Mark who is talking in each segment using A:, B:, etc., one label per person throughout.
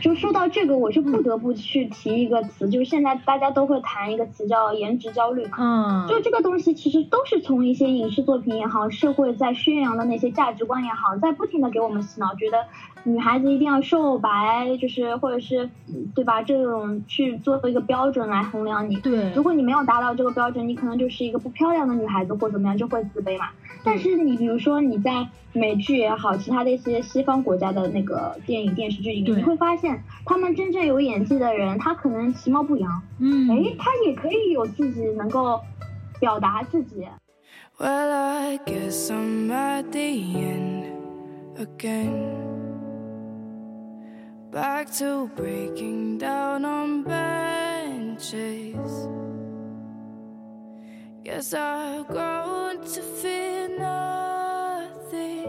A: 就说到这个，我就不得不去提一个词，就是现在大家都会谈一个词叫颜值焦虑嘛。
B: 嗯，
A: 就这个东西，其实都是从一些影视作品也好，社会在宣扬的那些价值观也好，在不停的给我们洗脑，觉得女孩子一定要瘦白，就是或者是嗯对吧？这种去做一个标准来衡量你。
B: 对，
A: 如果你没有达到这个标准，你可能就是一个不漂亮的女孩子或怎么样，就会自卑嘛。但是你比如说你在美剧也好，其他的一些西方国家的那个电影电视剧里面，
B: 对
A: 你会发现他们真正有演技的人，他可能其貌不扬。
B: 嗯，
A: 哎，他也可以有自己能够表达自己。
C: Well, I guess I'm at the end again. Back to breaking down on benches. Guess I've grown to fear nothing.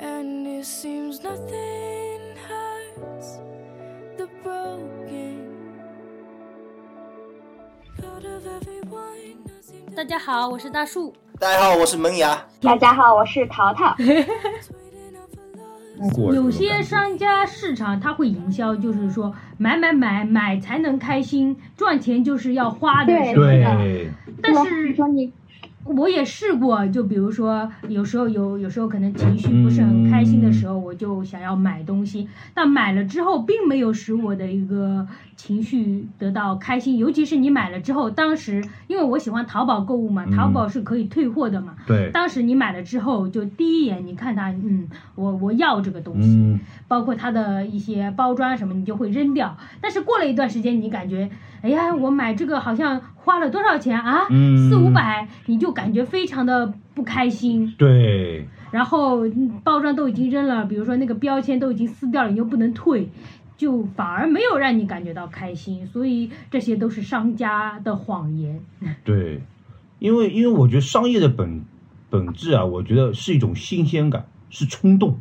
C: And it seems nothing hurts the broken. Thought of everyone, nothing.
D: 大家好，我是大树。
E: 大家好，我是门牙。
A: 大家好，我是淘淘。嗯
F: 过
B: 有些商家市场它会营销，就是说买买买买才能开心，赚钱就是要花的
A: 对
B: 什么的。
F: 对，
B: 但
A: 吧
B: 是
A: 你说你
B: 我也试过，就比如说有时候有有时候可能情绪不是很开心的时候，我就想要买东西，但买了之后并没有使我的一个情绪得到开心，尤其是你买了之后，当时因为我喜欢淘宝购物嘛，
F: 嗯
B: 淘宝是可以退货的嘛，
F: 对，
B: 当时你买了之后，就第一眼你看它，嗯，我我要这个东西，
F: 嗯，
B: 包括它的一些包装什么，你就会扔掉。但是过了一段时间，你感觉，哎呀，我买这个好像花了多少钱啊？
F: 嗯
B: 四五百，你就感觉非常的不开心。
F: 对，
B: 然后嗯包装都已经扔了，比如说那个标签都已经撕掉了，你又不能退，就反而没有让你感觉到开心。所以这些都是商家的谎言。
F: 对，因为因为我觉得商业的本本质啊，我觉得是一种新鲜感，是冲动。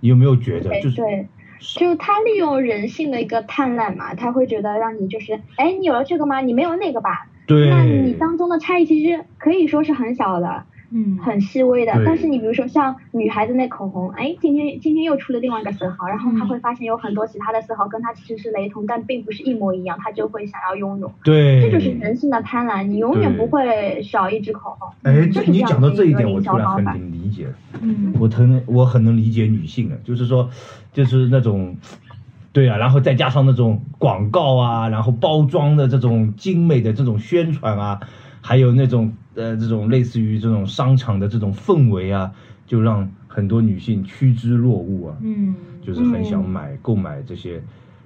F: 你有没有觉得
A: 对
F: 就是
A: 对，就他利用人性的一个贪婪嘛，他会觉得让你就是，哎，你有了这个吗？你没有那个吧？
F: 对
A: 那你当中的差异其实可以说是很小的，
B: 嗯，
A: 很细微的
F: 对。
A: 但是你比如说像女孩子那口红，哎，今天今天又出了另外一个色号，然后他
B: 嗯
A: 会发现有很多其他的色号跟它其实是雷同，但并不是一模一样，他就会想要拥有。
F: 对，
A: 这就是人性的贪婪，你永远
F: 嗯对
A: 不会少一支口红。
F: 哎，
A: 这
F: 这
A: 是
F: 你
A: 这样
F: 讲到
A: 的
F: 这
A: 一
F: 一
A: 个
F: 点，我
A: 营销
F: 突然
A: 方
F: 很
A: 法
F: 能理解了。
B: 嗯，
F: 我很我很能理解女性的，就是说，就是那种，对啊，然后再加上那种广告啊，然后包装的这种精美的这种宣传啊，还有那种呃这种类似于这种商场的这种氛围啊，就让很多女性趋之若鹜啊，
B: 嗯，
F: 就是很想买购买这些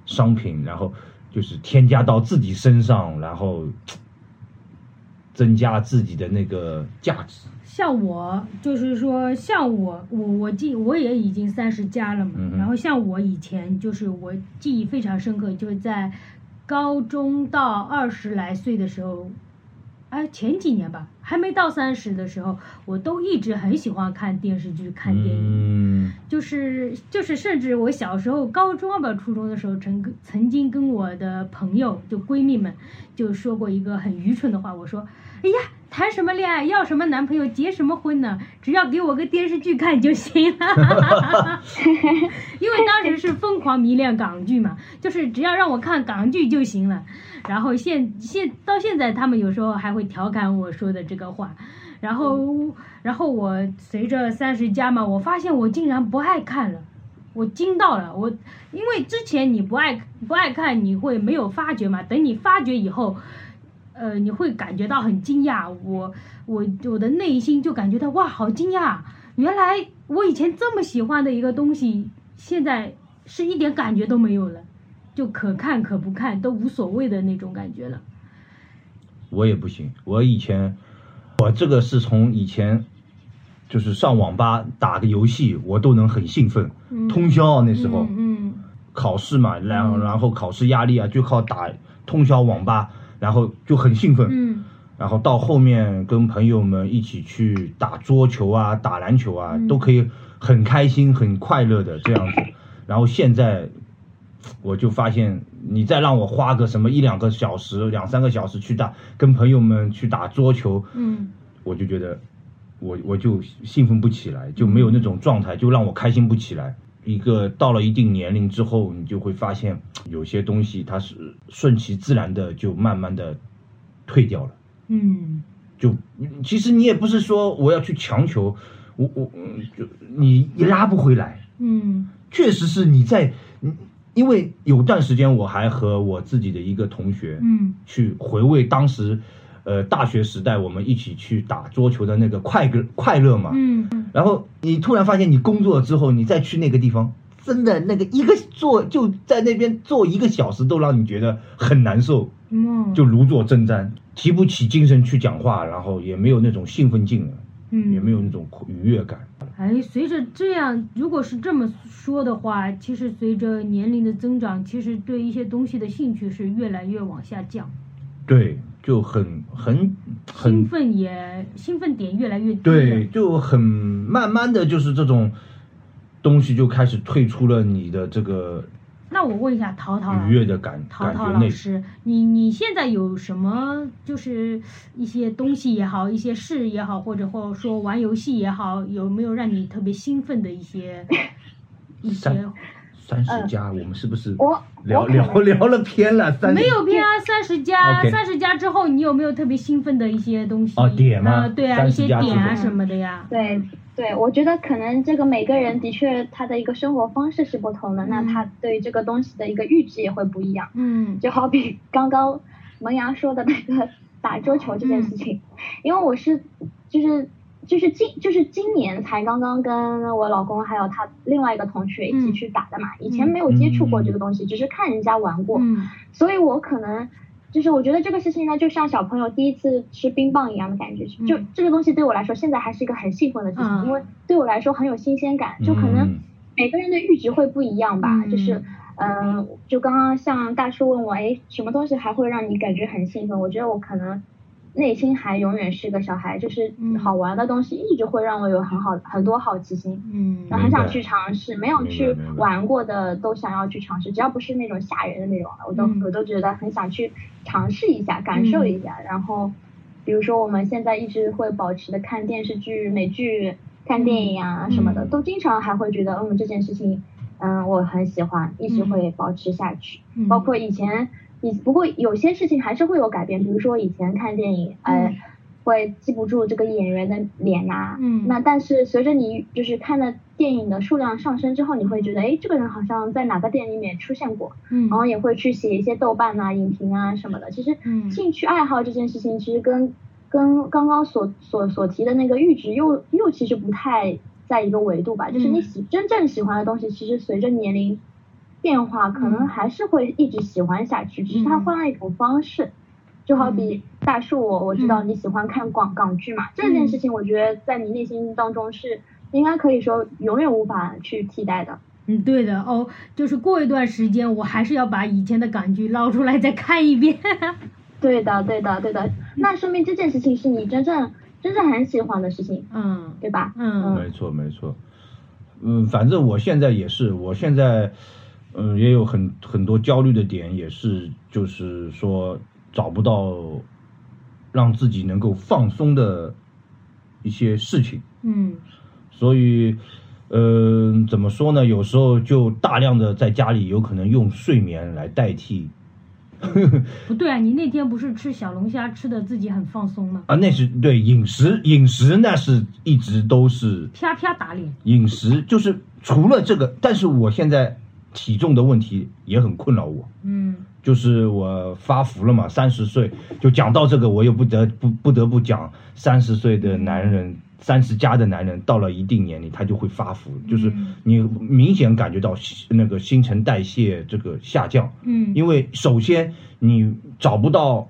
F: 商品，然后就是添加到自己身上，然后增加自己的那个价值。
B: 像我就是说，像我我我记我也已经三十加了嘛，
F: 嗯哼
B: 然后像我以前就是我记忆非常深刻，就是在高中到二十来岁的时候，哎前几年吧，还没到三十的时候，我都一直很喜欢看电视剧、看电影，
F: 嗯
B: 就是就是甚至我小时候高中吧、初中的时候，曾跟曾经跟我的朋友就闺蜜们就说过一个很愚蠢的话，我说：“哎呀，谈什么恋爱，要什么男朋友，结什么婚呢？只要给我个电视剧看就行了。”因为当时是疯狂迷恋港剧嘛，就是只要让我看港剧就行了。然后现现到现在，他们有时候还会调侃我说的这个话。然
F: 嗯
B: 后，然后我随着三十加嘛，我发现我竟然不爱看了，我惊到了。我因为之前你不爱不爱看，你会没有发觉嘛。等你发觉以后，呃，你会感觉到很惊讶。我我我的内心就感觉到哇，好惊讶！原来我以前这么喜欢的一个东西，现在是一点感觉都没有了，就可看可不看都无所谓的那种感觉了。
F: 我也不行。我以前，我这个是从以前，就是上网吧打个游戏，我都能很兴奋，
B: 嗯
F: 通宵啊那时候、
B: 嗯
F: 考试嘛，然后
B: 嗯
F: 然后考试压力啊，就靠打通宵网吧，然后就很兴奋。
B: 嗯
F: 然后到后面跟朋友们一起去打桌球啊、打篮球啊，
B: 嗯
F: 都可以很开心、很快乐的这样子。然后现在我就发现，你再让我花个什么一两个小时、两三个小时去打跟朋友们去打桌球，
B: 嗯
F: 我就觉得我我就兴奋不起来，就没有那种状态，就让我开心不起来。一个到了一定年龄之后，你就会发现有些东西它是顺其自然的，就慢慢的退掉了。
B: 嗯
F: 就其实你也不是说我要去强求，我我嗯就你你拉不回来，
B: 嗯
F: 确实是你在，嗯因为有段时间我还和我自己的一个同学
B: 嗯
F: 去回味当时，呃大学时代我们一起去打桌球的那个快乐快乐嘛，
B: 嗯，
F: 然后你突然发现你工作了之后，你再去那个地方。真的，那个一个坐就在那边坐一个小时，都让你觉得很难受。
B: 嗯
F: 就如坐针毡，提不起精神去讲话，然后也没有那种兴奋劲了，
B: 嗯
F: 也没有那种愉悦感。
B: 哎，随着这样，如果是这么说的话，其实随着年龄的增长，其实对一些东西的兴趣是越来越往下降，
F: 对，就很很
B: 兴
F: 很
B: 奋也兴奋点越来越低了。
F: 对，就很慢慢的就是这种东西就开始退出了你的这个
B: 那我问一下淘淘
F: 愉悦
B: 老
F: 的感
B: 淘
F: 感
B: 淘
F: 觉
B: 老
F: 内。
B: 师，你你现在有什么就是一些东西也好，一些事也好，或者或者说玩游戏也好，有没有让你特别兴奋的一 些一
F: 三
B: 些？呃
F: 三十加，我们是不是
A: 我
F: 聊
A: 我可能
F: 聊聊了偏了？三
B: 没有偏啊，三十加，
F: OK
B: 三十加之后，你有没有特别兴奋的一些东西？
F: 哦点吗
B: 啊，对啊，一
F: 30
B: 些
F: 加
B: 点啊
A: 之后
B: 什么的呀。
A: 对对，我觉得可能这个每个人的确他的一个生活方式是不同的，那
B: 嗯
A: 他对这个东西的一个阈值也会不一样。
B: 嗯
A: 就好比 刚刚萌芽说的那个打桌球这件
B: 嗯
A: 事情，因为我是就是就是今就是今年才刚刚跟我老公还有他另外一个同学一起
B: 嗯
A: 去打的嘛，以前没有接触过这个东西，只是看人家玩过，
B: 嗯
A: 所以我可能。就是我觉得这个事情呢，就像小朋友第一次吃冰棒一样的感觉，就
B: 嗯
A: 这个东西对我来说，现在还是一个很兴奋的事情，
B: 嗯
A: 因为对我来说很有新鲜感，就可能
F: 嗯
A: 每个人的阈值会不一样吧，
B: 嗯
A: 就是嗯、呃就刚刚像大叔问我，哎，什么东西还会让你感觉很兴奋？我觉得我可能内心还永远是个小孩，就是
B: 嗯
A: 好玩的东西一直会让我有很好很多好奇心，
B: 嗯
A: 然后很
F: 明
A: 想
F: 白
A: 去尝试，没有
F: 明白
A: 去
F: 明白
A: 玩过的都想要去尝试，只要不是那种吓人的那种，我都、
B: 嗯
A: 我都觉得很想去尝试一下，感受一下。然后，比如说我们现在一直会保持的看电视剧、美剧、看电影啊什么的，
F: 嗯
A: 都经常还会觉得，嗯，这件事情，嗯，我很喜欢，一直会保持下去。
B: 嗯
A: 包括以前，以不过有些事情还是会有改变，比如说以前看电影，呃
B: 嗯，
A: 会记不住这个演员的脸呐、
B: 嗯
A: 那但是随着你就是看的电影的数量上升之后，你会觉得，哎，这个人好像在哪个电影里面出现过，
B: 嗯
A: 然后也会去写一些豆瓣啊、影评啊什么的。其实
B: 嗯
A: 兴趣爱好这件事情，其实跟跟刚刚所所所提的那个阈值又又其实不太在一个维度吧。就是你
B: 嗯
A: 喜真正喜欢的东西，其实随着年龄变化，可
B: 嗯
A: 能还是会一直喜欢下去，只是它
B: 嗯
A: 换了一种方式。就好比大树我，我知道
B: 嗯
A: 你喜欢看广港剧嘛，这件事情我觉得在你内心当中是应该可以说永远无法去替代的。
B: 嗯，对的哦，就是过一段时间，我还是要把以前的港剧捞出来再看一遍。
A: 对的，对的，对的。那说明这件事情是你真正真正很喜欢的事情，
B: 嗯
A: 对吧？
B: 嗯
F: 没错，没错。嗯，反正我现在也是，我现在嗯也有很很多焦虑的点，也是就是说找不到让自己能够放松的一些事情，
B: 嗯
F: 所以嗯、怎么说呢？有时候就大量的在家里，有可能用睡眠来代替
B: 不对啊，你那天不是吃小龙虾吃的自己很放松吗？
F: 啊，那是对饮食饮食那是一直都是
B: 啪啪打脸。
F: 饮食就是除了这个，但是我现在体重的问题也很困扰我，
B: 嗯
F: 就是我发福了嘛，三十岁就讲到这个，我又不得不不得不讲，三十岁的男人，三十加的男人到了一定年龄，他就会发福，就是
B: 嗯
F: 你明显感觉到新那个新陈代谢这个下降，
B: 嗯
F: 因为首先你找不到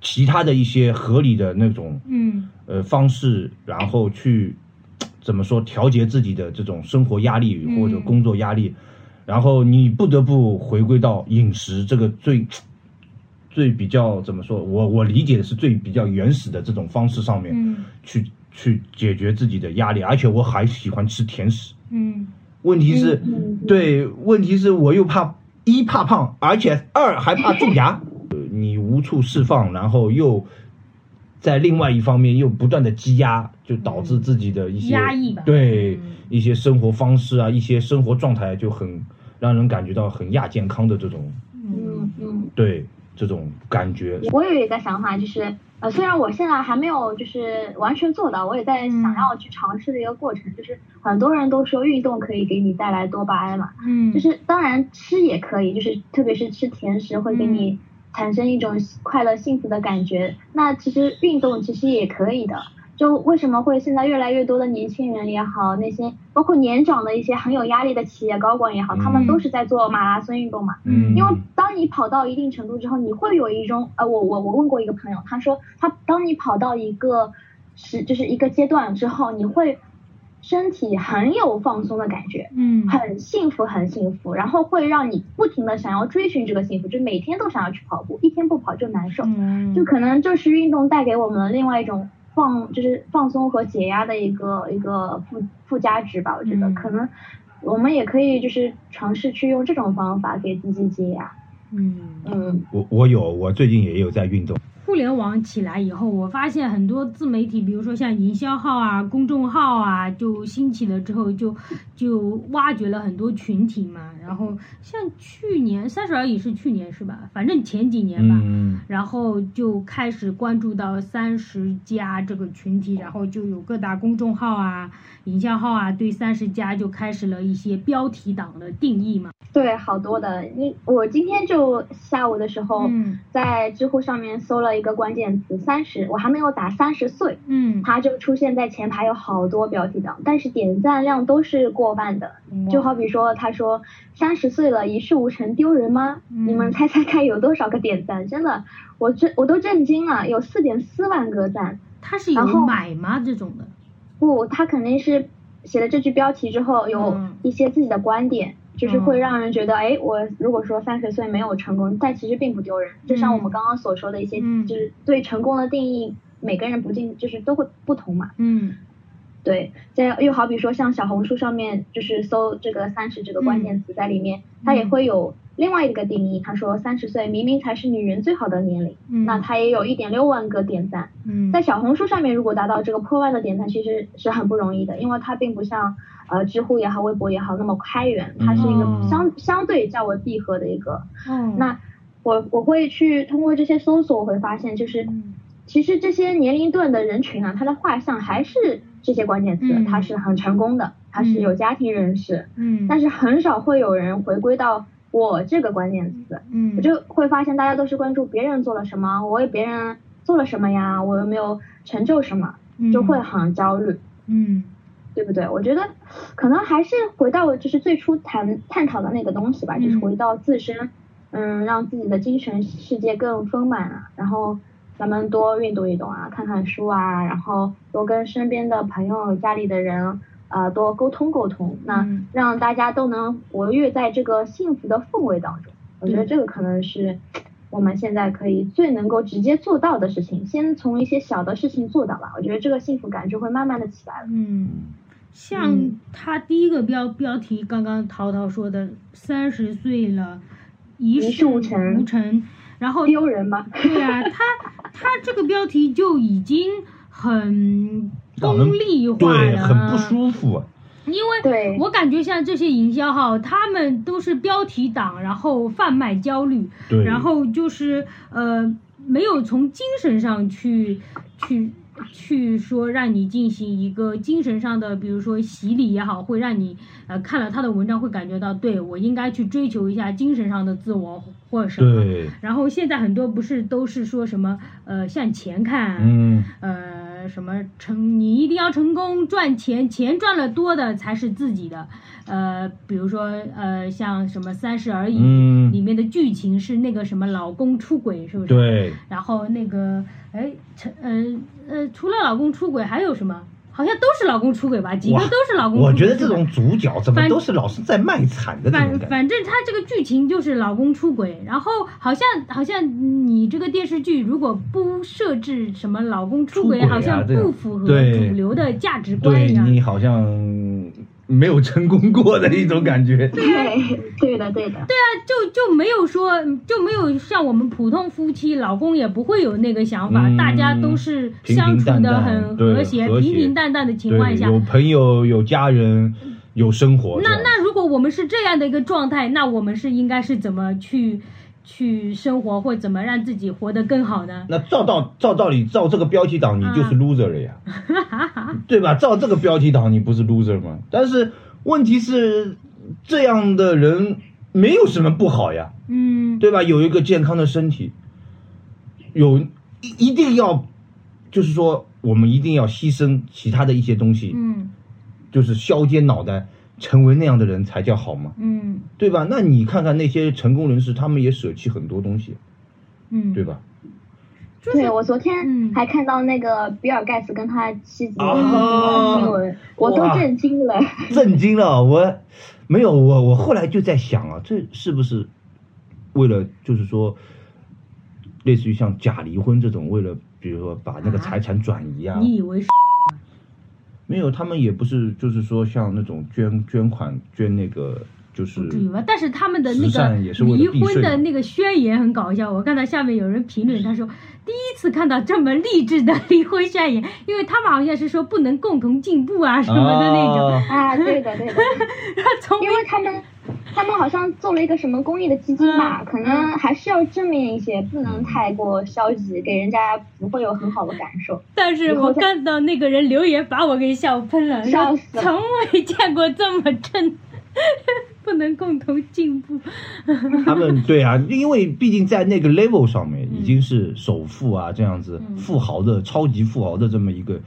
F: 其他的一些合理的那种
B: 嗯
F: 呃方式，然后去怎么说调节自己的这种生活压力
B: 嗯
F: 或者工作压力，然后你不得不回归到饮食这个最最比较怎么说，我我理解的是最比较原始的这种方式上面、
B: 嗯
F: 去去解决自己的压力，而且我还喜欢吃甜食。
B: 嗯
F: 问题是，
A: 嗯嗯嗯
F: 对，问题是我又怕一怕胖，而且二还怕蛀牙，呃你无处释放，然后又在另外一方面又不断的积压，就导致自己的一些
B: 压抑吧
F: 对
B: 嗯
F: 一些生活方式啊，一些生活状态就很让人感觉到很亚健康的这种
A: 嗯嗯。
F: 对这种感觉。
A: 我有一个想法，就是呃，虽然我现在还没有就是完全做到，我也在
B: 嗯
A: 想要去尝试的一个过程。就是很多人都说运动可以给你带来多巴胺嘛，
B: 嗯，
A: 就是当然吃也可以，就是特别是吃甜食会给
F: 嗯
A: 你产生一种快乐幸福的感觉。那其实运动其实也可以的。就为什么会现在越来越多的年轻人也好，那些包括年长的一些很有压力的企业高管也好，他
F: 嗯
A: 们都是在做马拉松运动嘛。
F: 嗯，
A: 因为当你跑到一定程度之后，你会有一种呃，我我我问过一个朋友，他说他当你跑到一个是就是一个阶段之后，你会身体很有放松的感觉，
B: 嗯
A: 很幸福很幸福，然后会让你不停的想要追寻这个幸福，就每天都想要去跑步，一天不跑就难受，
B: 嗯
A: 就可能就是运动带给我们另外一种放，就是放松和解压的一个一个附附加值吧。我觉得、
B: 嗯
A: 可能我们也可以就是尝试去用这种方法给自己解压。
B: 嗯。
A: 嗯
F: 我我有，我最近也有在运动。
B: 互联网起来以后，我发现很多自媒体，比如说像营销号啊、公众号啊，就兴起了之后就，就挖掘了很多群体嘛。然后像去年《三十而已》是去年是吧？反正前几年吧，
F: 嗯，
B: 然后就开始关注到三十加这个群体，然后就有各大公众号啊、营销号啊，对三十加就开始了一些标题党的定义嘛。
A: 对，好多的。因我今天就下午的时候，
B: 嗯
A: 在知乎上面搜了一个关键词“三十”，我还没有打“三十岁”，
B: 嗯，
A: 它就出现在前排有好多标题党，但是点赞量都是过万的。
B: 嗯
A: 就好比说，他说三十岁了一事无成丢人吗？
B: 嗯
A: 你们猜猜看有多少个点赞？真的，我这我都震惊了，有四点四万个赞。
B: 它是有
A: 然后
B: 买吗这种的？
A: 不，他肯定是写了这句标题之后，有
B: 嗯
A: 一些自己的观点，就是
B: 嗯
A: 会让人觉得，哎，我如果说三十岁没有成功，但其实并不丢人。就像
B: 嗯
A: 我们刚刚所说的一些，
B: 嗯
A: 就是对成功的定义，每个人不尽就是都会不同嘛。
B: 嗯
A: 对，再又好比说像小红书上面，就是搜这个三十这个关
B: 嗯
A: 键词在里面，它也会有另外一个定义。他说三十岁明明才是女人最好的年龄，
B: 嗯，
A: 那它也有一点六万个点赞。
B: 嗯
A: 在小红书上面，如果达到这个破万的点赞，其实是很不容易的，因为它并不像呃知乎也好、微博也好那么开源，它是一
B: 嗯
A: 个相相对较为闭合的一个。
B: 哦
A: 那我我会去通过这些搜索，我会发现就是。
B: 嗯
A: 其实这些年龄段的人群啊，他的画像还是这些关键词，
B: 嗯
A: 他是很成功的，他是有家庭人士，
B: 嗯，
A: 但
B: 是
A: 是很少会有人回归到我这个关键词。
B: 嗯，
A: 我就会发现大家都是关注别人做了什么，我为别人做了什么呀，我有没有成就什么，就会很焦虑。
B: 嗯
A: 对不对？我觉得可能还是回到就是最初谈探讨的那个东西吧，
B: 嗯
A: 就是回到自身，嗯，让自己的精神世界更丰满啊，然后咱们多运动运动啊，看看书啊，然后多跟身边的朋友、家里的人啊多沟通沟通，那
B: 嗯
A: 让大家都能活跃在这个幸福的氛围当中。我觉得
B: 对
A: 这个可能是我们现在可以最能够直接做到的事情，先从一些小的事情做到吧，我觉得这个幸福感就会慢慢的起来了。
B: 嗯，像
A: 嗯
B: 他第一个标标题，刚刚淘淘说的，三十岁了，一
A: 一
B: 事
A: 事无成
B: 无成，然后
A: 丢人吗？
B: 对啊，他 他这个标题就已经很
F: 让人
B: 功利化啊了，
F: 对，很不舒服。啊
B: 因为
A: 对，
B: 我感觉像这些营销号，他们都是标题党，然后贩卖焦虑，
F: 对，
B: 然后就是呃，没有从精神上去去去说让你进行一个精神上的，比如说洗礼也好，会让你呃看了他的文章会感觉到，对我应该去追求一下精神上的自我或者什么。
F: 对，
B: 然后现在很多不是都是说什么呃向前看，
F: 嗯，
B: 呃什么成你一定要成功赚钱，钱赚了多的才是自己的。呃，比如说呃像什么《三十而已》
F: 嗯
B: 里面的剧情是那个什么老公出轨，是不是？。
F: 对，
B: 然后那个哎，陈呃呃，除了老公出轨还有什么？好像都是老公出轨吧，几个
F: 哇
B: 都是老公出轨。
F: 我觉得这
B: 是吧
F: 种主角怎么
B: 反
F: 都是老是在卖惨的那
B: 反
F: 种感觉。
B: 反正他这个剧情就是老公出轨，然后好像好像你这个电视剧如果不设置什么老公出轨，
F: 出轨啊
B: 好像
F: 这种
B: 不符合
F: 对
B: 主流的价值观
F: 对
B: 一样。
F: 你好像没有成功过的一种感觉。
A: 对，对的，对的，
B: 就就没有说就没有像我们普通夫妻，老公也不会有那个想法，
F: 嗯
B: 大家都是相处
F: 平平淡
B: 的
F: 淡
B: 很
F: 对
B: 和谐、
F: 和谐
B: 平平淡淡的情况
F: 对，
B: 下。
F: 有朋友，有家人，有生活。
B: 那
F: 这样
B: 那如果我们是这样的一个状态，那我们是应该是怎么去去生活，或怎么让自己活得更好呢？
F: 那照道照道理照这个标题党，你就
B: 啊
F: 是 loser 了呀，对吧？照这个标题党，你不是 loser 吗？但是问题是，这样的人没有什么不好呀，
B: 嗯，
F: 对吧？有一个健康的身体，有一一定要，就是说我们一定要牺牲其他的一些东西，
B: 嗯
F: 就是削尖脑袋成为那样的人才叫好嘛，
B: 嗯
F: 对吧？那你看看那些成功人士，他们也舍弃很多东西，
B: 嗯，
F: 对？吧？
B: 就是
A: 对我昨
B: 嗯
A: 天还看到那个比尔盖茨跟他妻子的
F: 啊
A: 新闻，我都
F: 哇
A: 震惊了。
F: 震惊了，我没有我我后来就在想啊，这是不是为了就是说，类似于像假离婚这种，为了比如说把那个
B: 啊
F: 财产转移啊，
B: 你以为是？
F: 没有，他们也不是就是说像那种捐捐款捐那个就是
B: 不至于吧？但是他们的那
F: 慈
B: 个
F: 善嗯也是为了
B: 离
F: 避
B: 婚
F: 税
B: 的
F: 嘛
B: 那个宣言很搞笑，我看到下面有人评论，他说第一次看到这么励志的离婚宣言，因为他们好像是说不能共同进步啊什么的那种，
F: 啊
A: 啊，对的，对 的，
B: 然后 从
A: 因为他们他们好像做了一个什么公益的基金吧，
B: 嗯
A: 可能还是要正面一些，不能太过消极，给人家不会有很好的感受。
B: 但是我看到那个人留言把我给笑喷了，
A: 笑死
B: 说从未见过这么正， 不能共同进步，
F: 他们对啊，因为毕竟在那个 level 上面
B: 嗯
F: 已经是首富啊这样子
B: 嗯
F: 富豪的超级富豪的这么一个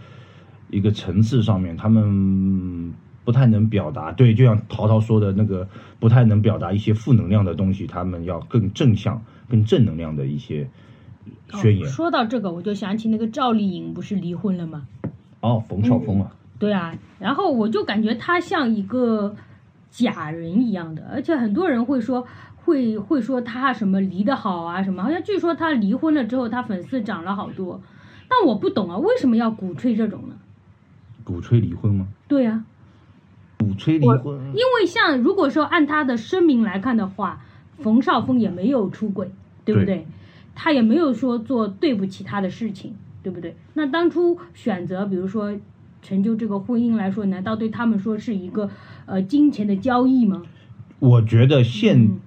F: 一个层次上面，他们不太能表达。对，就像淘淘说的那个，不太能表达一些负能量的东西，他们要更正向、更正能量的一些宣言
B: 哦。说到这个，我就想起那个赵丽颖不是离婚了吗？嗯
F: 哦，冯绍峰啊，
B: 对啊，然后我就感觉她像一个假人一样的，而且很多人会说。会会说她什么离得好啊什么，好像据说她离婚了之后，她粉丝涨了好多，但我不懂啊，为什么要鼓吹这种呢？
F: 鼓吹离婚吗？
B: 对啊呀、
F: 鼓吹离婚啊
B: 因为像如果说按他的声明来看的话，冯绍峰也没有出轨，对不对？
F: 对
B: 他也没有说做对不起他的事情，对不对？那当初选择，比如说成就这个婚姻来说，难道对他们说是一个呃金钱的交易吗？
F: 我觉得现、
B: 嗯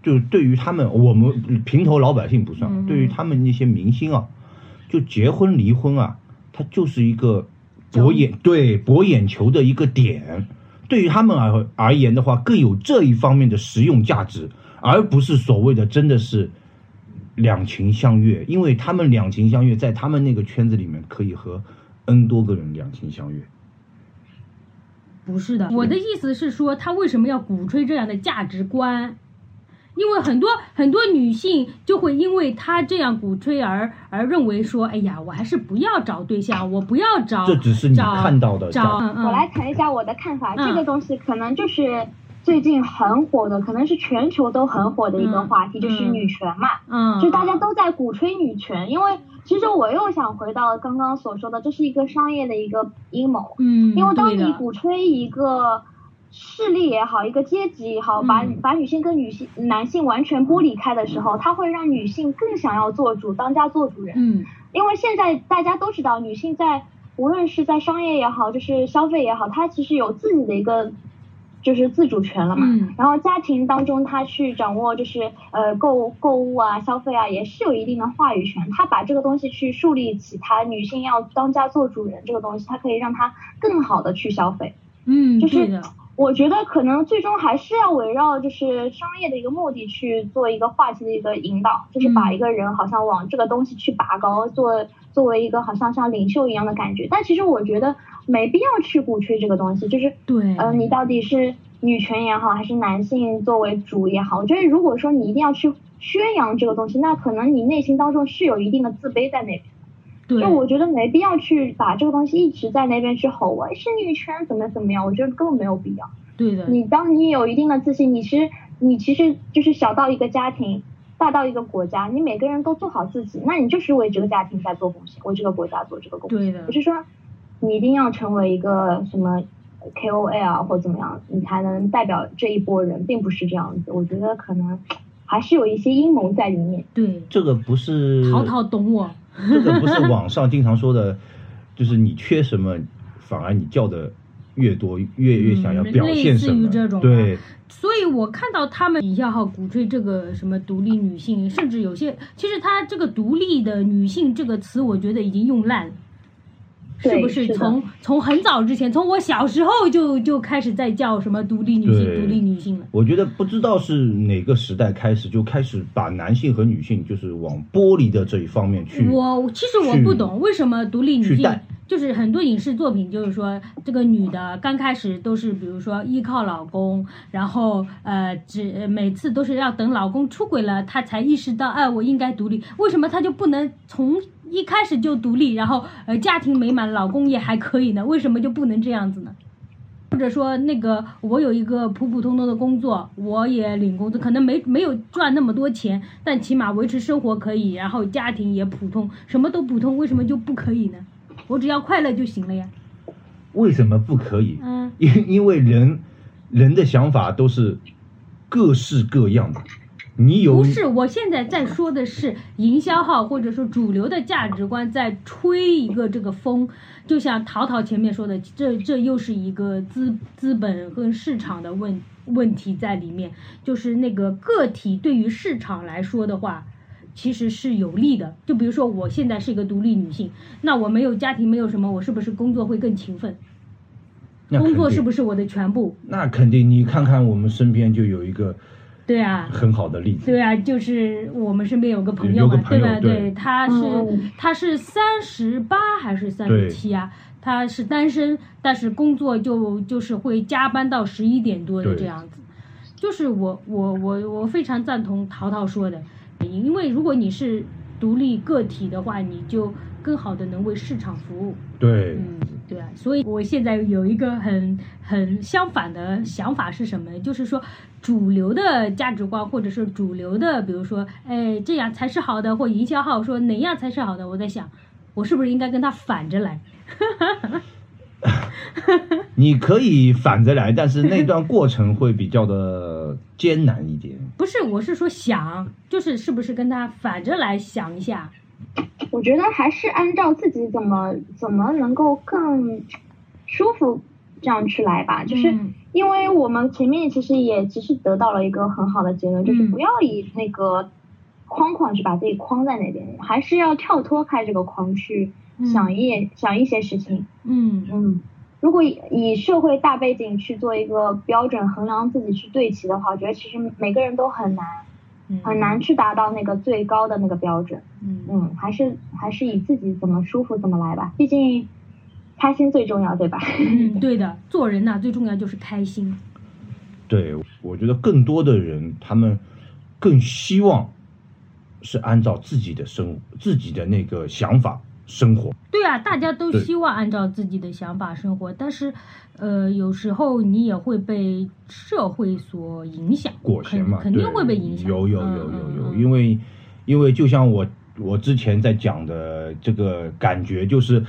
F: 就是对于他们，我们平头老百姓不算，
B: 嗯
F: 对于他们那些明星啊，就结婚离婚啊，它就是一个博眼对博眼球的一个点。对于他们而而言的话，更有这一方面的实用价值，而不是所谓的真的是两情相悦，因为他们两情相悦，在他们那个圈子里面可以和 N 多个人两情相悦。
B: 不是的，我的意思是说，他为什么要鼓吹这样的价值观？因为很多很多女性就会因为他这样鼓吹而而认为说，哎呀，我还是不要找对象，我不要找，
F: 这只是你
B: 找
F: 看到的
B: 找，
F: 价值
B: 嗯嗯，
A: 我来谈一下我的看法，
B: 嗯
A: 这个东西可能就是最近很火的，可能是全球都很火的一个
B: 嗯
A: 话题，就是
B: 嗯
A: 女权嘛。
B: 嗯，
A: 就大家都在鼓吹女权，因为其实我又想回到刚刚所说的，这是一个商业的一个阴谋，
B: 嗯，
A: 因为当
B: 对
A: 你
B: 的
A: 鼓吹一个势力也好，一个阶级也好，把
B: 嗯
A: 把女性跟女性男性完全剥离开的时候，它会让女性更想要做主，当家做主人。
B: 嗯
A: 因为现在大家都知道，女性在无论是在商业也好，就是消费也好，她其实有自己的一个就是自主权了嘛。
B: 嗯
A: 然后家庭当中，她去掌握就是呃购购物啊、消费啊，也是有一定的话语权。她把这个东西去树立起，她女性要当家做主人这个东西，她可以让她更好的去消费。
B: 嗯，
A: 就是
B: 对的，
A: 我觉得可能最终还是要围绕就是商业的一个目的去做一个话题的一个引导，就是把
B: 嗯
A: 一个人好像往这个东西去拔高，做作为一个好像像领袖一样的感觉。但其实我觉得没必要去鼓吹这个东西，就是
B: 对，
A: 呃，你到底是女权也好，还是男性作为主也好，我觉得如果说你一定要去宣扬这个东西，那可能你内心当中是有一定的自卑在那边。
B: 对
A: 就，我觉得没必要去把这个东西一直在那边去吼，我是女权怎么怎么样，我觉得根本没有必要。
B: 对的，
A: 你当你有一定的自信，你是你其实就是小到一个家庭，大到一个国家，你每个人都做好自己，那你就是为这个家庭在做贡献，为这个国家做这个贡献，
B: 对的
A: 不，是说你一定要成为一个什么 KOL 啊或怎么样，你才能代表这一波人，并不是这样子。我觉得可能还是有一些阴谋在里面。
B: 对，
F: 这个不是
B: 淘淘懂我，
F: 这个不是网上经常说的，就是你缺什么，反而你叫的越多，越越想要表现
B: 嗯类
F: 什
B: 似
F: 么。
B: 于这种
F: 对，
B: 所以我看到他们要好鼓吹这个什么独立女性，甚至有些其实他这个独立的女性这个词，我觉得已经用烂了。
A: 对
B: 是不是
A: 是的
B: 从从很早之前，从我小时候就就开始在叫什么独立女性、
F: 对
B: 独立女性了？
F: 我觉得不知道是哪个时代开始就开始把男性和女性就是往剥离的这一方面去。
B: 我其实我
F: 去
B: 不懂为什么独立女
F: 去
B: 性
F: 带
B: 就是很多影视作品，就是说这个女的刚开始都是比如说依靠老公，然后呃只呃每次都是要等老公出轨了，她才意识到哎我应该独立，为什么她就不能从一开始就独立，然后呃家庭美满，老公也还可以呢？为什么就不能这样子呢？或者说那个我有一个普普通通的工作，我也领工资，可能没没有赚那么多钱，但起码维持生活可以，然后家庭也普通，什么都普通，为什么就不可以呢？我只要快乐就行了呀。
F: 为什么不可以？
B: 嗯，
F: 因 因为人人的想法都是各式各样的。你有
B: 不是，我现在在说的是营销号或者说主流的价值观在吹一个这个风，就像淘淘前面说的，这这又是一个资资本跟市场的问问题在里面，就是那个个体对于市场来说的话。其实是有利的，就比如说我现在是一个独立女性，那我没有家庭，没有什么，我是不是工作会更勤奋？
F: 那
B: 工作是不
F: 是？
B: 是我的全部？
F: 那肯定，你看看我们身边就有一个
B: 对啊，
F: 很好的例子。
B: 对啊，就是我们身边有个朋友
F: 有个
B: 嘛，
F: 朋友
B: 对吧？
F: 对
B: 他是、
A: 嗯
B: 他是三十八还是三十七啊？他是单身，但是工作就就是会加班到十一点多的
F: 对
B: 这样子。就是我我我我非常赞同淘淘说的，因为如果你是独立个体的话，你就更好的能为市场服务。
F: 对
B: 嗯，对啊，所以我现在有一个很很相反的想法是什么呢？就是说，主流的价值观，或者是主流的，比如说，哎，这样才是好的，或营销号说哪样才是好的，我在想，我是不是应该跟他反着来？
F: 你可以反着来，但是那段过程会比较的艰难一点。
B: 不是，我是说想，就是是不是跟他反着来想一下？
A: 我觉得还是按照自己怎么怎么能够更舒服这样去来吧，就是。
B: 嗯
A: 因为我们前面其实也其实得到了一个很好的结论，就是
B: 嗯
A: 不要以那个框框去把自己框在那边，还是要跳脱开这个框去想一、想一些事情。
B: 嗯
A: 嗯，如果以以社会大背景去做一个标准衡量自己去对齐的话，我觉得其实每个人都很难
B: 嗯，
A: 很难去达到那个最高的那个标准。
B: 嗯，
A: 嗯，还是还是以自己怎么舒服怎么来吧，毕竟开心最重要，对吧？
B: 嗯，对的，做人呐、最重要就是开心。
F: 对，我觉得更多的人他们更希望是按照自己的生自己的那个想法生活。
B: 对啊，大家都
F: 对
B: 希望按照自己的想法生活，但是，呃，有时候你也会被社会所影响，
F: 裹挟嘛，
B: 肯肯定
F: 对
B: 会被影响。
F: 有有
B: 嗯
F: 有有有，
B: 嗯、
F: 因为因为就像我我之前在讲的这个感觉就是，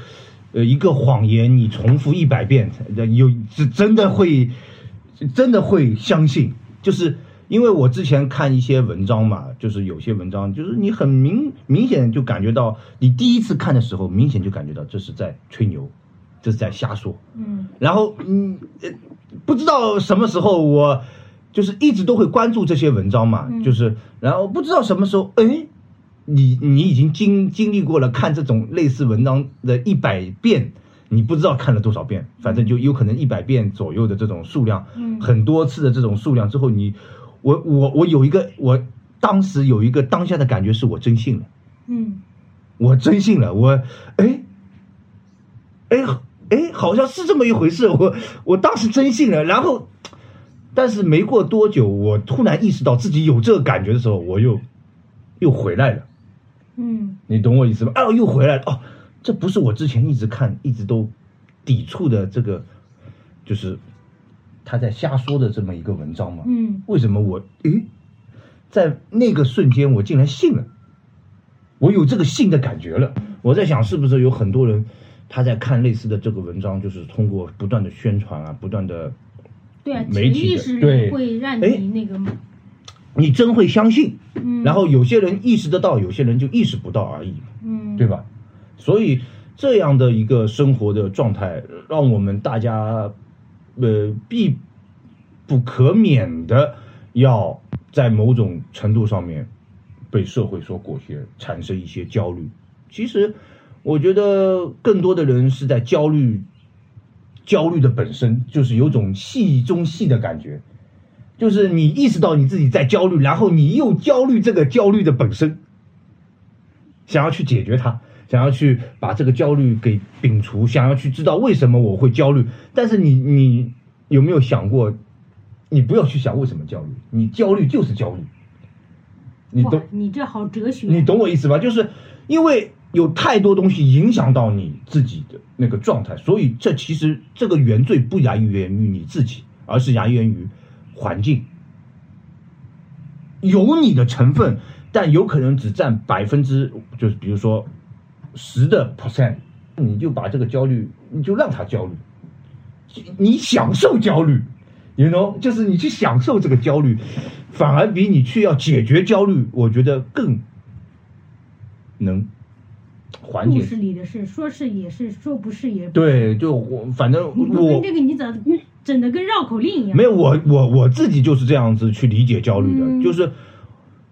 F: 呃，一个谎言你重复一百遍，呃有真真的会真的会相信，就是。因为我之前看一些文章嘛，就是有些文章，就是你很明明显就感觉到，你第一次看的时候，明显就感觉到这是在吹牛，这是在瞎说。
B: 嗯
F: 然后嗯，呃不知道什么时候我就是一直都会关注这些文章嘛，
B: 嗯
F: 就是然后不知道什么时候，哎，你你已经经经历过了看这种类似文章的一百遍。你不知道看了多少遍，反正就有可能一百遍左右的这种数量，
B: 嗯
F: 很多次的这种数量之后你，我我我有一个，我当时有一个当下的感觉是我真信了，
B: 嗯
F: 我真信了，我哎哎哎，好像是这么一回事。我我当时真信了，然后，但是没过多久，我突然意识到自己有这个感觉的时候，我又又回来了。
B: 嗯
F: 你懂我意思吗？哦，又回来了。哦，这不是我之前一直看、一直都抵触的这个，就是他在瞎说的这么一个文章吗？
B: 嗯
F: 为什么我诶，在那个瞬间我竟然信了，我有这个信的感觉了。我在想，是不是有很多人他在看类似的这个文章，就是通过不断的宣传啊，不断的，
B: 对啊，潜
F: 媒体
B: 意
F: 的
B: 识
F: 对
B: 里会让
F: 哎
B: 你那个嘛，
F: 你真会相信。
B: 嗯，
F: 然后有些人意识得到，有些人就意识不到而已，
B: 嗯，
F: 对？吧？所以这样的一个生活的状态，让我们大家呃必不可免的要在某种程度上面被社会所裹挟，产生一些焦虑。其实，我觉得更多的人是在焦虑，焦虑的本身就是有种戏中戏的感觉，就是你意识到你自己在焦虑，然后你又焦虑这个焦虑的本身，想要去解决它，想要去把这个焦虑给摒除，想要去知道为什么我会焦虑。但是你你有没有想过，你不要去想为什么焦虑，你焦虑就是焦虑，你
B: 哇
F: 懂？，
B: 你这好哲学，
F: 你懂我意思吧？就是因为有太多东西影响到你自己的那个状态，所以这其实这个原罪不来源于你自己，而是来源于环境。有你的成分，但有可能只占百分之，就是比如说十的 percent，你就把这个焦虑，你就让它焦虑，你享受焦虑，you know，就是你去享受这个焦虑，反而比你去要解决焦虑，我觉得更能缓
B: 啊故
F: 解
B: 事里的事，说是也是，说不是也不是。
F: 对，就我反正
B: 你不
F: 我
B: 跟这个你咋整的跟绕口令一样？
F: 没有我我我自己就是这样子去理解焦虑的，
B: 嗯
F: 就是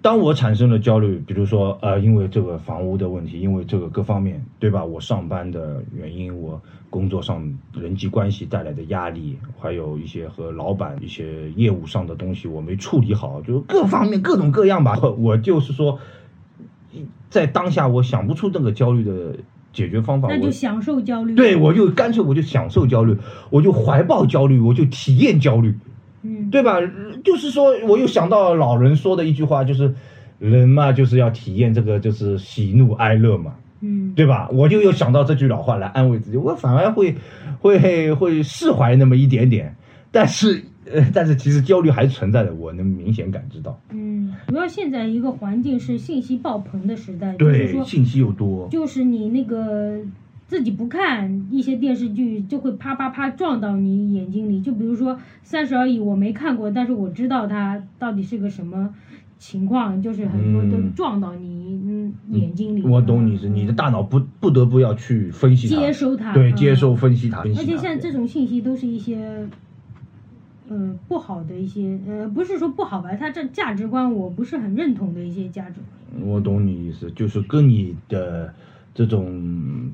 F: 当我产生了焦虑，比如说呃，因为这个房屋的问题，因为这个各方面，对吧？我上班的原因，我工作上人际关系带来的压力，还有一些和老板一些业务上的东西我没处理好，就各方面各种各样吧。我就是说，在当下我想不出那个焦虑的解决方法，
B: 那就
F: 我
B: 享受焦虑。
F: 对，我就干脆我就享受焦虑，我就怀抱焦虑，我就体验焦虑，
B: 嗯，
F: 对吧？就是说，我又想到老人说的一句话，就是人嘛，就是要体验这个就是喜怒哀乐嘛，
B: 嗯，
F: 对吧？我就又想到这句老话来安慰自己，我反而会会会释怀那么一点点，但是 呃，但是其实焦虑还是存在的，我能明显感知到。
B: 嗯，主要现在一个环境是信息爆棚的时代，就是
F: 对，
B: 说，
F: 信息又多，
B: 就是你那个自己不看一些电视剧，就会啪啪啪撞到你眼睛里。就比如说《三十而已》，我没看过，但是我知道它到底是个什么情况，就是很多都
F: 嗯
B: 撞到你嗯眼睛里。
F: 我懂你是你的大脑不不得不要去分析它，
B: 接收它
F: 对，
B: 嗯
F: 接收分析它，分析
B: 而且
F: 它
B: 像这种信息都是一些，呃，不好的一些，呃，不是说不好吧，他这价值观我不是很认同的一些价值观。
F: 我懂你意思，就是跟你的这种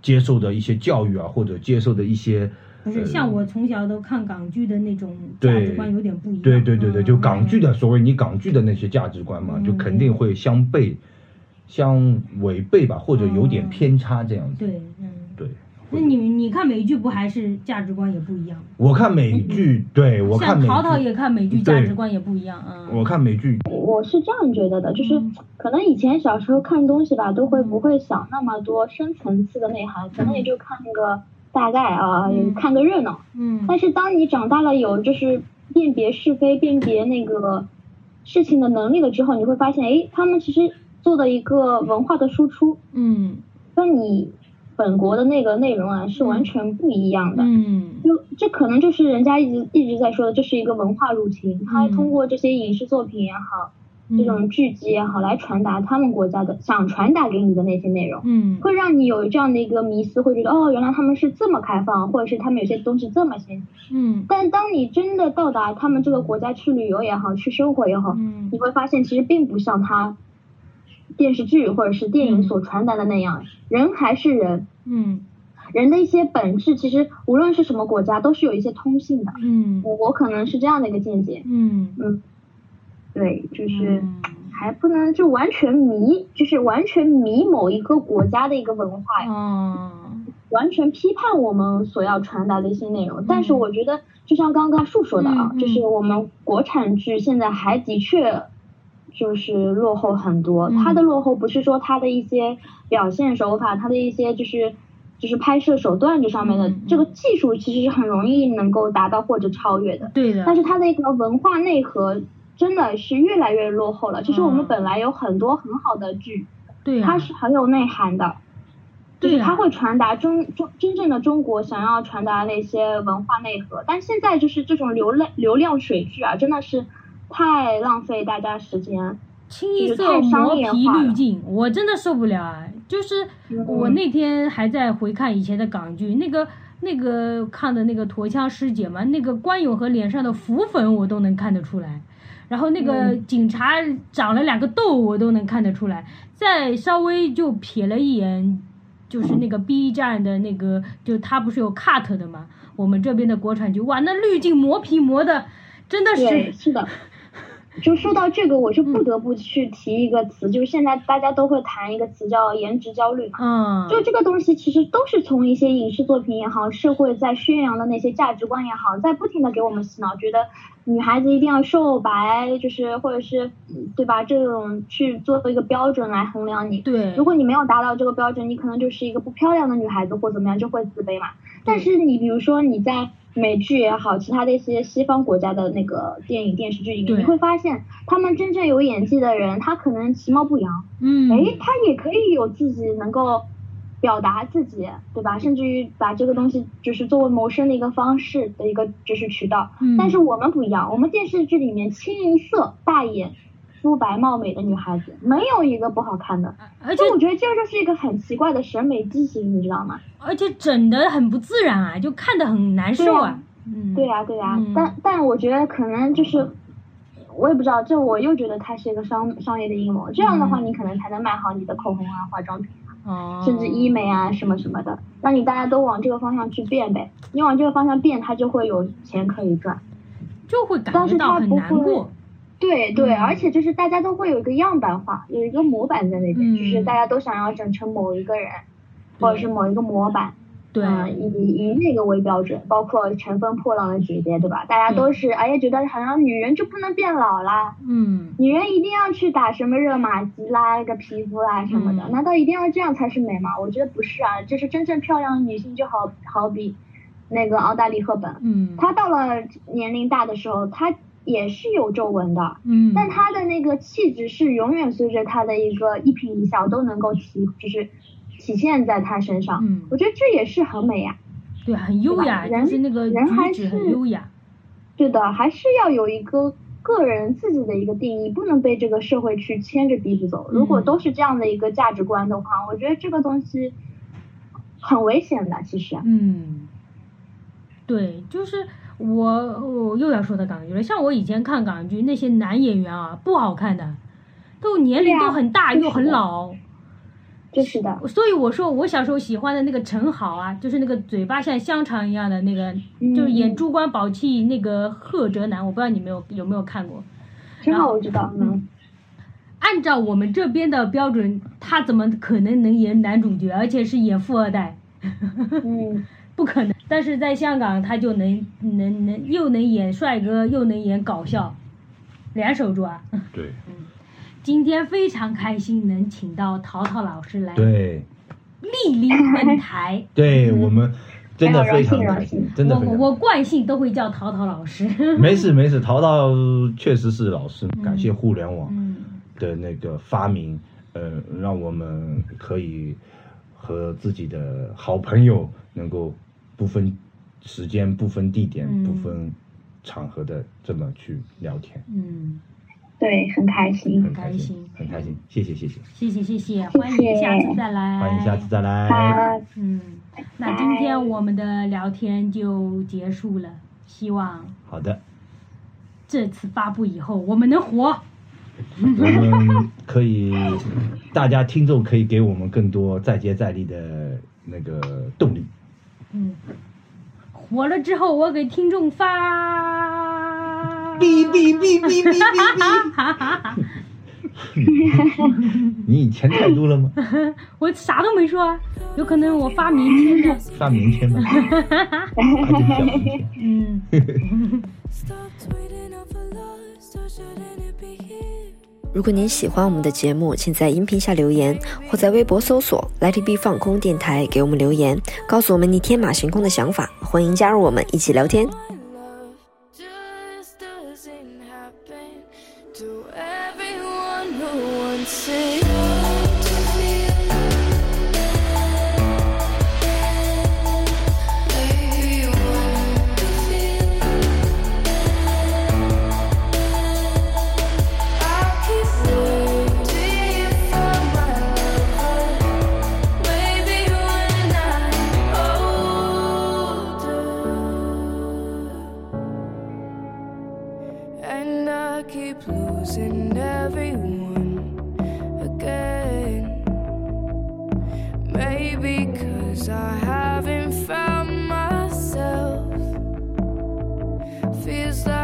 F: 接受的一些教育啊，或者接受的一些，
B: 不是像我从小都看港剧的那种价
F: 对
B: 值观有点不一样。
F: 对对对对，
B: 嗯
F: 就港剧的所谓你港剧的那些价值观嘛，
B: 嗯
F: 就肯定会相悖、相违背吧，或者有点偏差这样子。
B: 嗯对，嗯。
F: 对，
B: 那你你看美剧不还是价值观也不一样？
F: 我看美剧，对我
B: 嗯
F: 看
B: 像
F: 美
B: 淘淘
F: 剧，
B: 也看美剧，
F: 对
B: 价值观也不一样啊。
F: 我看美剧，
A: 我是这样觉得的，就是
B: 嗯
A: 可能以前小时候看东西吧，都会不会想那么多深层次的内涵，可能也就看个大概啊，
B: 嗯
A: 看个热闹。
B: 嗯
A: 但是当你长大了有就是辨别是非、辨别那个事情的能力了之后，你会发现，诶，他们其实做的一个文化的输出，
B: 嗯
A: 跟你本国的那个内容啊是完全不一样的。
B: 嗯
A: 就这可能就是人家一直一直在说的，这是一个文化入侵。他
B: 嗯
A: 通过这些影视作品也好，这种剧集也好，来传达他们国家的想传达给你的那些内容，
B: 嗯
A: 会让你有这样的一个迷思，会觉得哦，原来他们是这么开放，或者是他们有些东西这么先进。
B: 嗯
A: 但当你真的到达他们这个国家去旅游也好，去生活也好，
B: 嗯
A: 你会发现其实并不像他电视剧或者是电影所传达的那样，人还是人，
B: 嗯
A: 人的一些本质其实无论是什么国家都是有一些通性的。
B: 嗯
A: 我我可能是这样的一个见解，
B: 嗯，
A: 对，就是还不能就完全迷，就是完全迷某一个国家的一个文化呀。
B: 哦，
A: 完全批判我们所要传达的一些内容。但是
B: 嗯
A: 我觉得，就像刚刚树说的啊，
B: 嗯嗯
A: 就是我们国产剧现在还的确就是落后很多。
B: 嗯
A: 它的落后不是说它的一些表现手法，它的一些就是。就是拍摄手段这上面的、
B: 嗯嗯
A: 这个技术，其实是很容易能够达到或者超越的。
B: 对的。
A: 但是它的一个文化内核真的是越来越落后了。就是我们
B: 嗯
A: 本来有很多很好的剧，
B: 对啊，
A: 它是很有内涵的，就是
B: 对啊
A: 它会传达中中真正的中国想要传达的一些文化内核。但现在就是这种流量流量水剧啊，真的是太浪费大家时间。
B: 清一
A: 就是
B: 色
A: 太商
B: 磨
A: 业
B: 皮
A: 化
B: 滤
A: 了
B: 镜，我真的受不了啊！就是我
A: 嗯
B: 那天还在回看以前的港剧，那个那个看的那个《驼枪师姐》嘛，那个关咏和脸上的浮粉我都能看得出来，然后那个
A: 嗯
B: 警察长了两个痘我都能看得出来，再稍微就瞥了一眼，就是那个 B 站的那个，就他不是有 cut 的嘛，我们这边的国产剧，哇，那滤镜磨皮磨的真的
A: 对，
B: 是。嗯
A: 是的。就说到这个，我就不得不去提一个词，就是现在大家都会谈一个词叫颜值焦虑嘛。
B: 嗯，
A: 就这个东西，其实都是从一些影视作品也好，社会在宣扬的那些价值观也好，在不停的给我们洗脑，觉得女孩子一定要瘦白，就是或者是嗯对吧？这种去做一个标准来衡量你。
B: 对，
A: 如果你没有达到这个标准，你可能就是一个不漂亮的女孩子或怎么样，就会自卑嘛。但是你比如说你在美剧也好，其他的一些西方国家的那个电影电视剧里
B: 对
A: 面，你会发现他们真正有演技的人，他可能其貌不扬。
B: 嗯，
A: 哎，他也可以有自己能够表达自己，对吧？甚至于把这个东西就是作为谋生的一个方式的一个就是渠道。
B: 嗯
A: 但是我们不一样，我们电视剧里面清一色大眼、肤白貌美的女孩子，没有一个不好看的。
B: 而且
A: 就我觉得这就是一个很奇怪的审美畸形，你知道吗？
B: 而且整的很不自然啊，就看的很难受
A: 对
B: 啊
A: 啊。
B: 嗯，
A: 对呀、对呀、
B: 嗯
A: 但但我觉得可能就是。我也不知道，这我又觉得它是一个商商业的阴谋。这样的话，
B: 嗯
A: 你可能才能卖好你的口红啊、化妆品。
B: 哦，
A: 甚至医美啊什么什么的，让你大家都往这个方向去变呗。你往这个方向变，它就会有钱可以赚。
B: 就会感
A: 但
B: 觉
A: 是
B: 到
A: 他
B: 很
A: 不
B: 难
A: 会
B: 过。
A: 对对，
B: 嗯
A: 而且就是大家都会有一个样板化，有一个模板在那边，
B: 嗯
A: 就是大家都想要整成某一个人，
B: 对
A: 或者是某一个模板，
B: 对，
A: 嗯以以那个为标准，包括《乘风破浪的姐姐》，对吧？大家都是哎呀，觉得好像女人就不能变老啦，
B: 嗯，
A: 女人一定要去打什么热玛吉啦、个皮肤啦什么的，
B: 嗯
A: 难道一定要这样才是美吗？我觉得不是啊，就是真正漂亮的女性就好好比那个奥黛丽·赫本，
B: 嗯，
A: 她到了年龄大的时候，她也是有皱纹的，
B: 嗯，
A: 但她的那个气质是永远随着她的一个一颦一笑都能够体，就是体现在她身上。
B: 嗯
A: 我觉得这也是很美啊呀、
B: 对，很优雅，
A: 对吧人
B: 就是那个
A: 人还
B: 举止很
A: 是
B: 优雅。
A: 对的，还是要有一个个人自己的一个定义，不能被这个社会去牵着鼻子走。如果
B: 嗯
A: 都是这样的一个价值观的话，我觉得这个东西很危险的。其实，
B: 嗯，对，就是我我又要说到港剧了。像我以前看港剧，那些男演员啊，不好看的，都年龄
A: 对啊
B: 都很大、
A: 就是
B: 又很
A: 的
B: 老。
A: 就是的，
B: 所以我说，我小时候喜欢的那个陈好啊，就是那个嘴巴像香肠一样的那个，
A: 嗯
B: 就是演《珠光宝气》那个贺哲南，我不知道你们有有没有看过。
A: 正
B: 然
A: 好
B: 后
A: 我知道，嗯，
B: 按照我们这边的标准，他怎么可能能演男主角，而且是演富二代？
A: 嗯，
B: 不可能。但是在香港，他就能能能又能演帅哥，又能演搞笑，两手抓。
F: 对
B: 嗯今天非常开心能请到淘淘老师来
F: 对
B: 莅临本台。
F: 对，
B: 嗯
F: 我们真的非常
A: 没有
F: 开心
A: 荣幸荣幸，
F: 真的
B: 我
F: 非
B: 我
F: 常。
B: 我惯性都会叫淘淘老师。
F: 没事没事，淘淘确实是老师，感谢互联网
B: 嗯
F: 的那个发明，呃，让我们可以和自己的好朋友能够不分时间、不分地点、
B: 嗯
F: 不分场合的这么去聊天，
B: 嗯，
A: 对，很开心。
F: 很开
B: 开
F: 心，
B: 心
F: 很开心，谢谢谢谢，
B: 谢谢谢谢，欢迎下次再来。
F: 欢迎下次。再来，
A: 啊，
B: 嗯，那今天我们的聊天就结束了，希望
F: 好的，
B: 这次发布以后我们能火。
F: 我们可以，大家听众可以给我们更多再接再厉的那个动 力。
B: 嗯，火了之后我给听众发。
F: 哔哔哔哔哔哔哔。 你以前太多了吗？
B: 我啥都没说啊，有可能我发明天的。
F: 发明天 吧，发点小明天。
B: 嗯
C: Stopped waiting out for love, so shouldn't it be here?
D: 如果您喜欢我们的节目，请在音频下留言，或在微博搜索 “Let It Be 放空电台”给我们留言，告诉我们你天马行空的想法。欢迎加入我们一起聊天。
C: My love just doesn't happen to everyone who wants it. And I keep losing everyone again. Maybe cause I haven't found myself. Feels like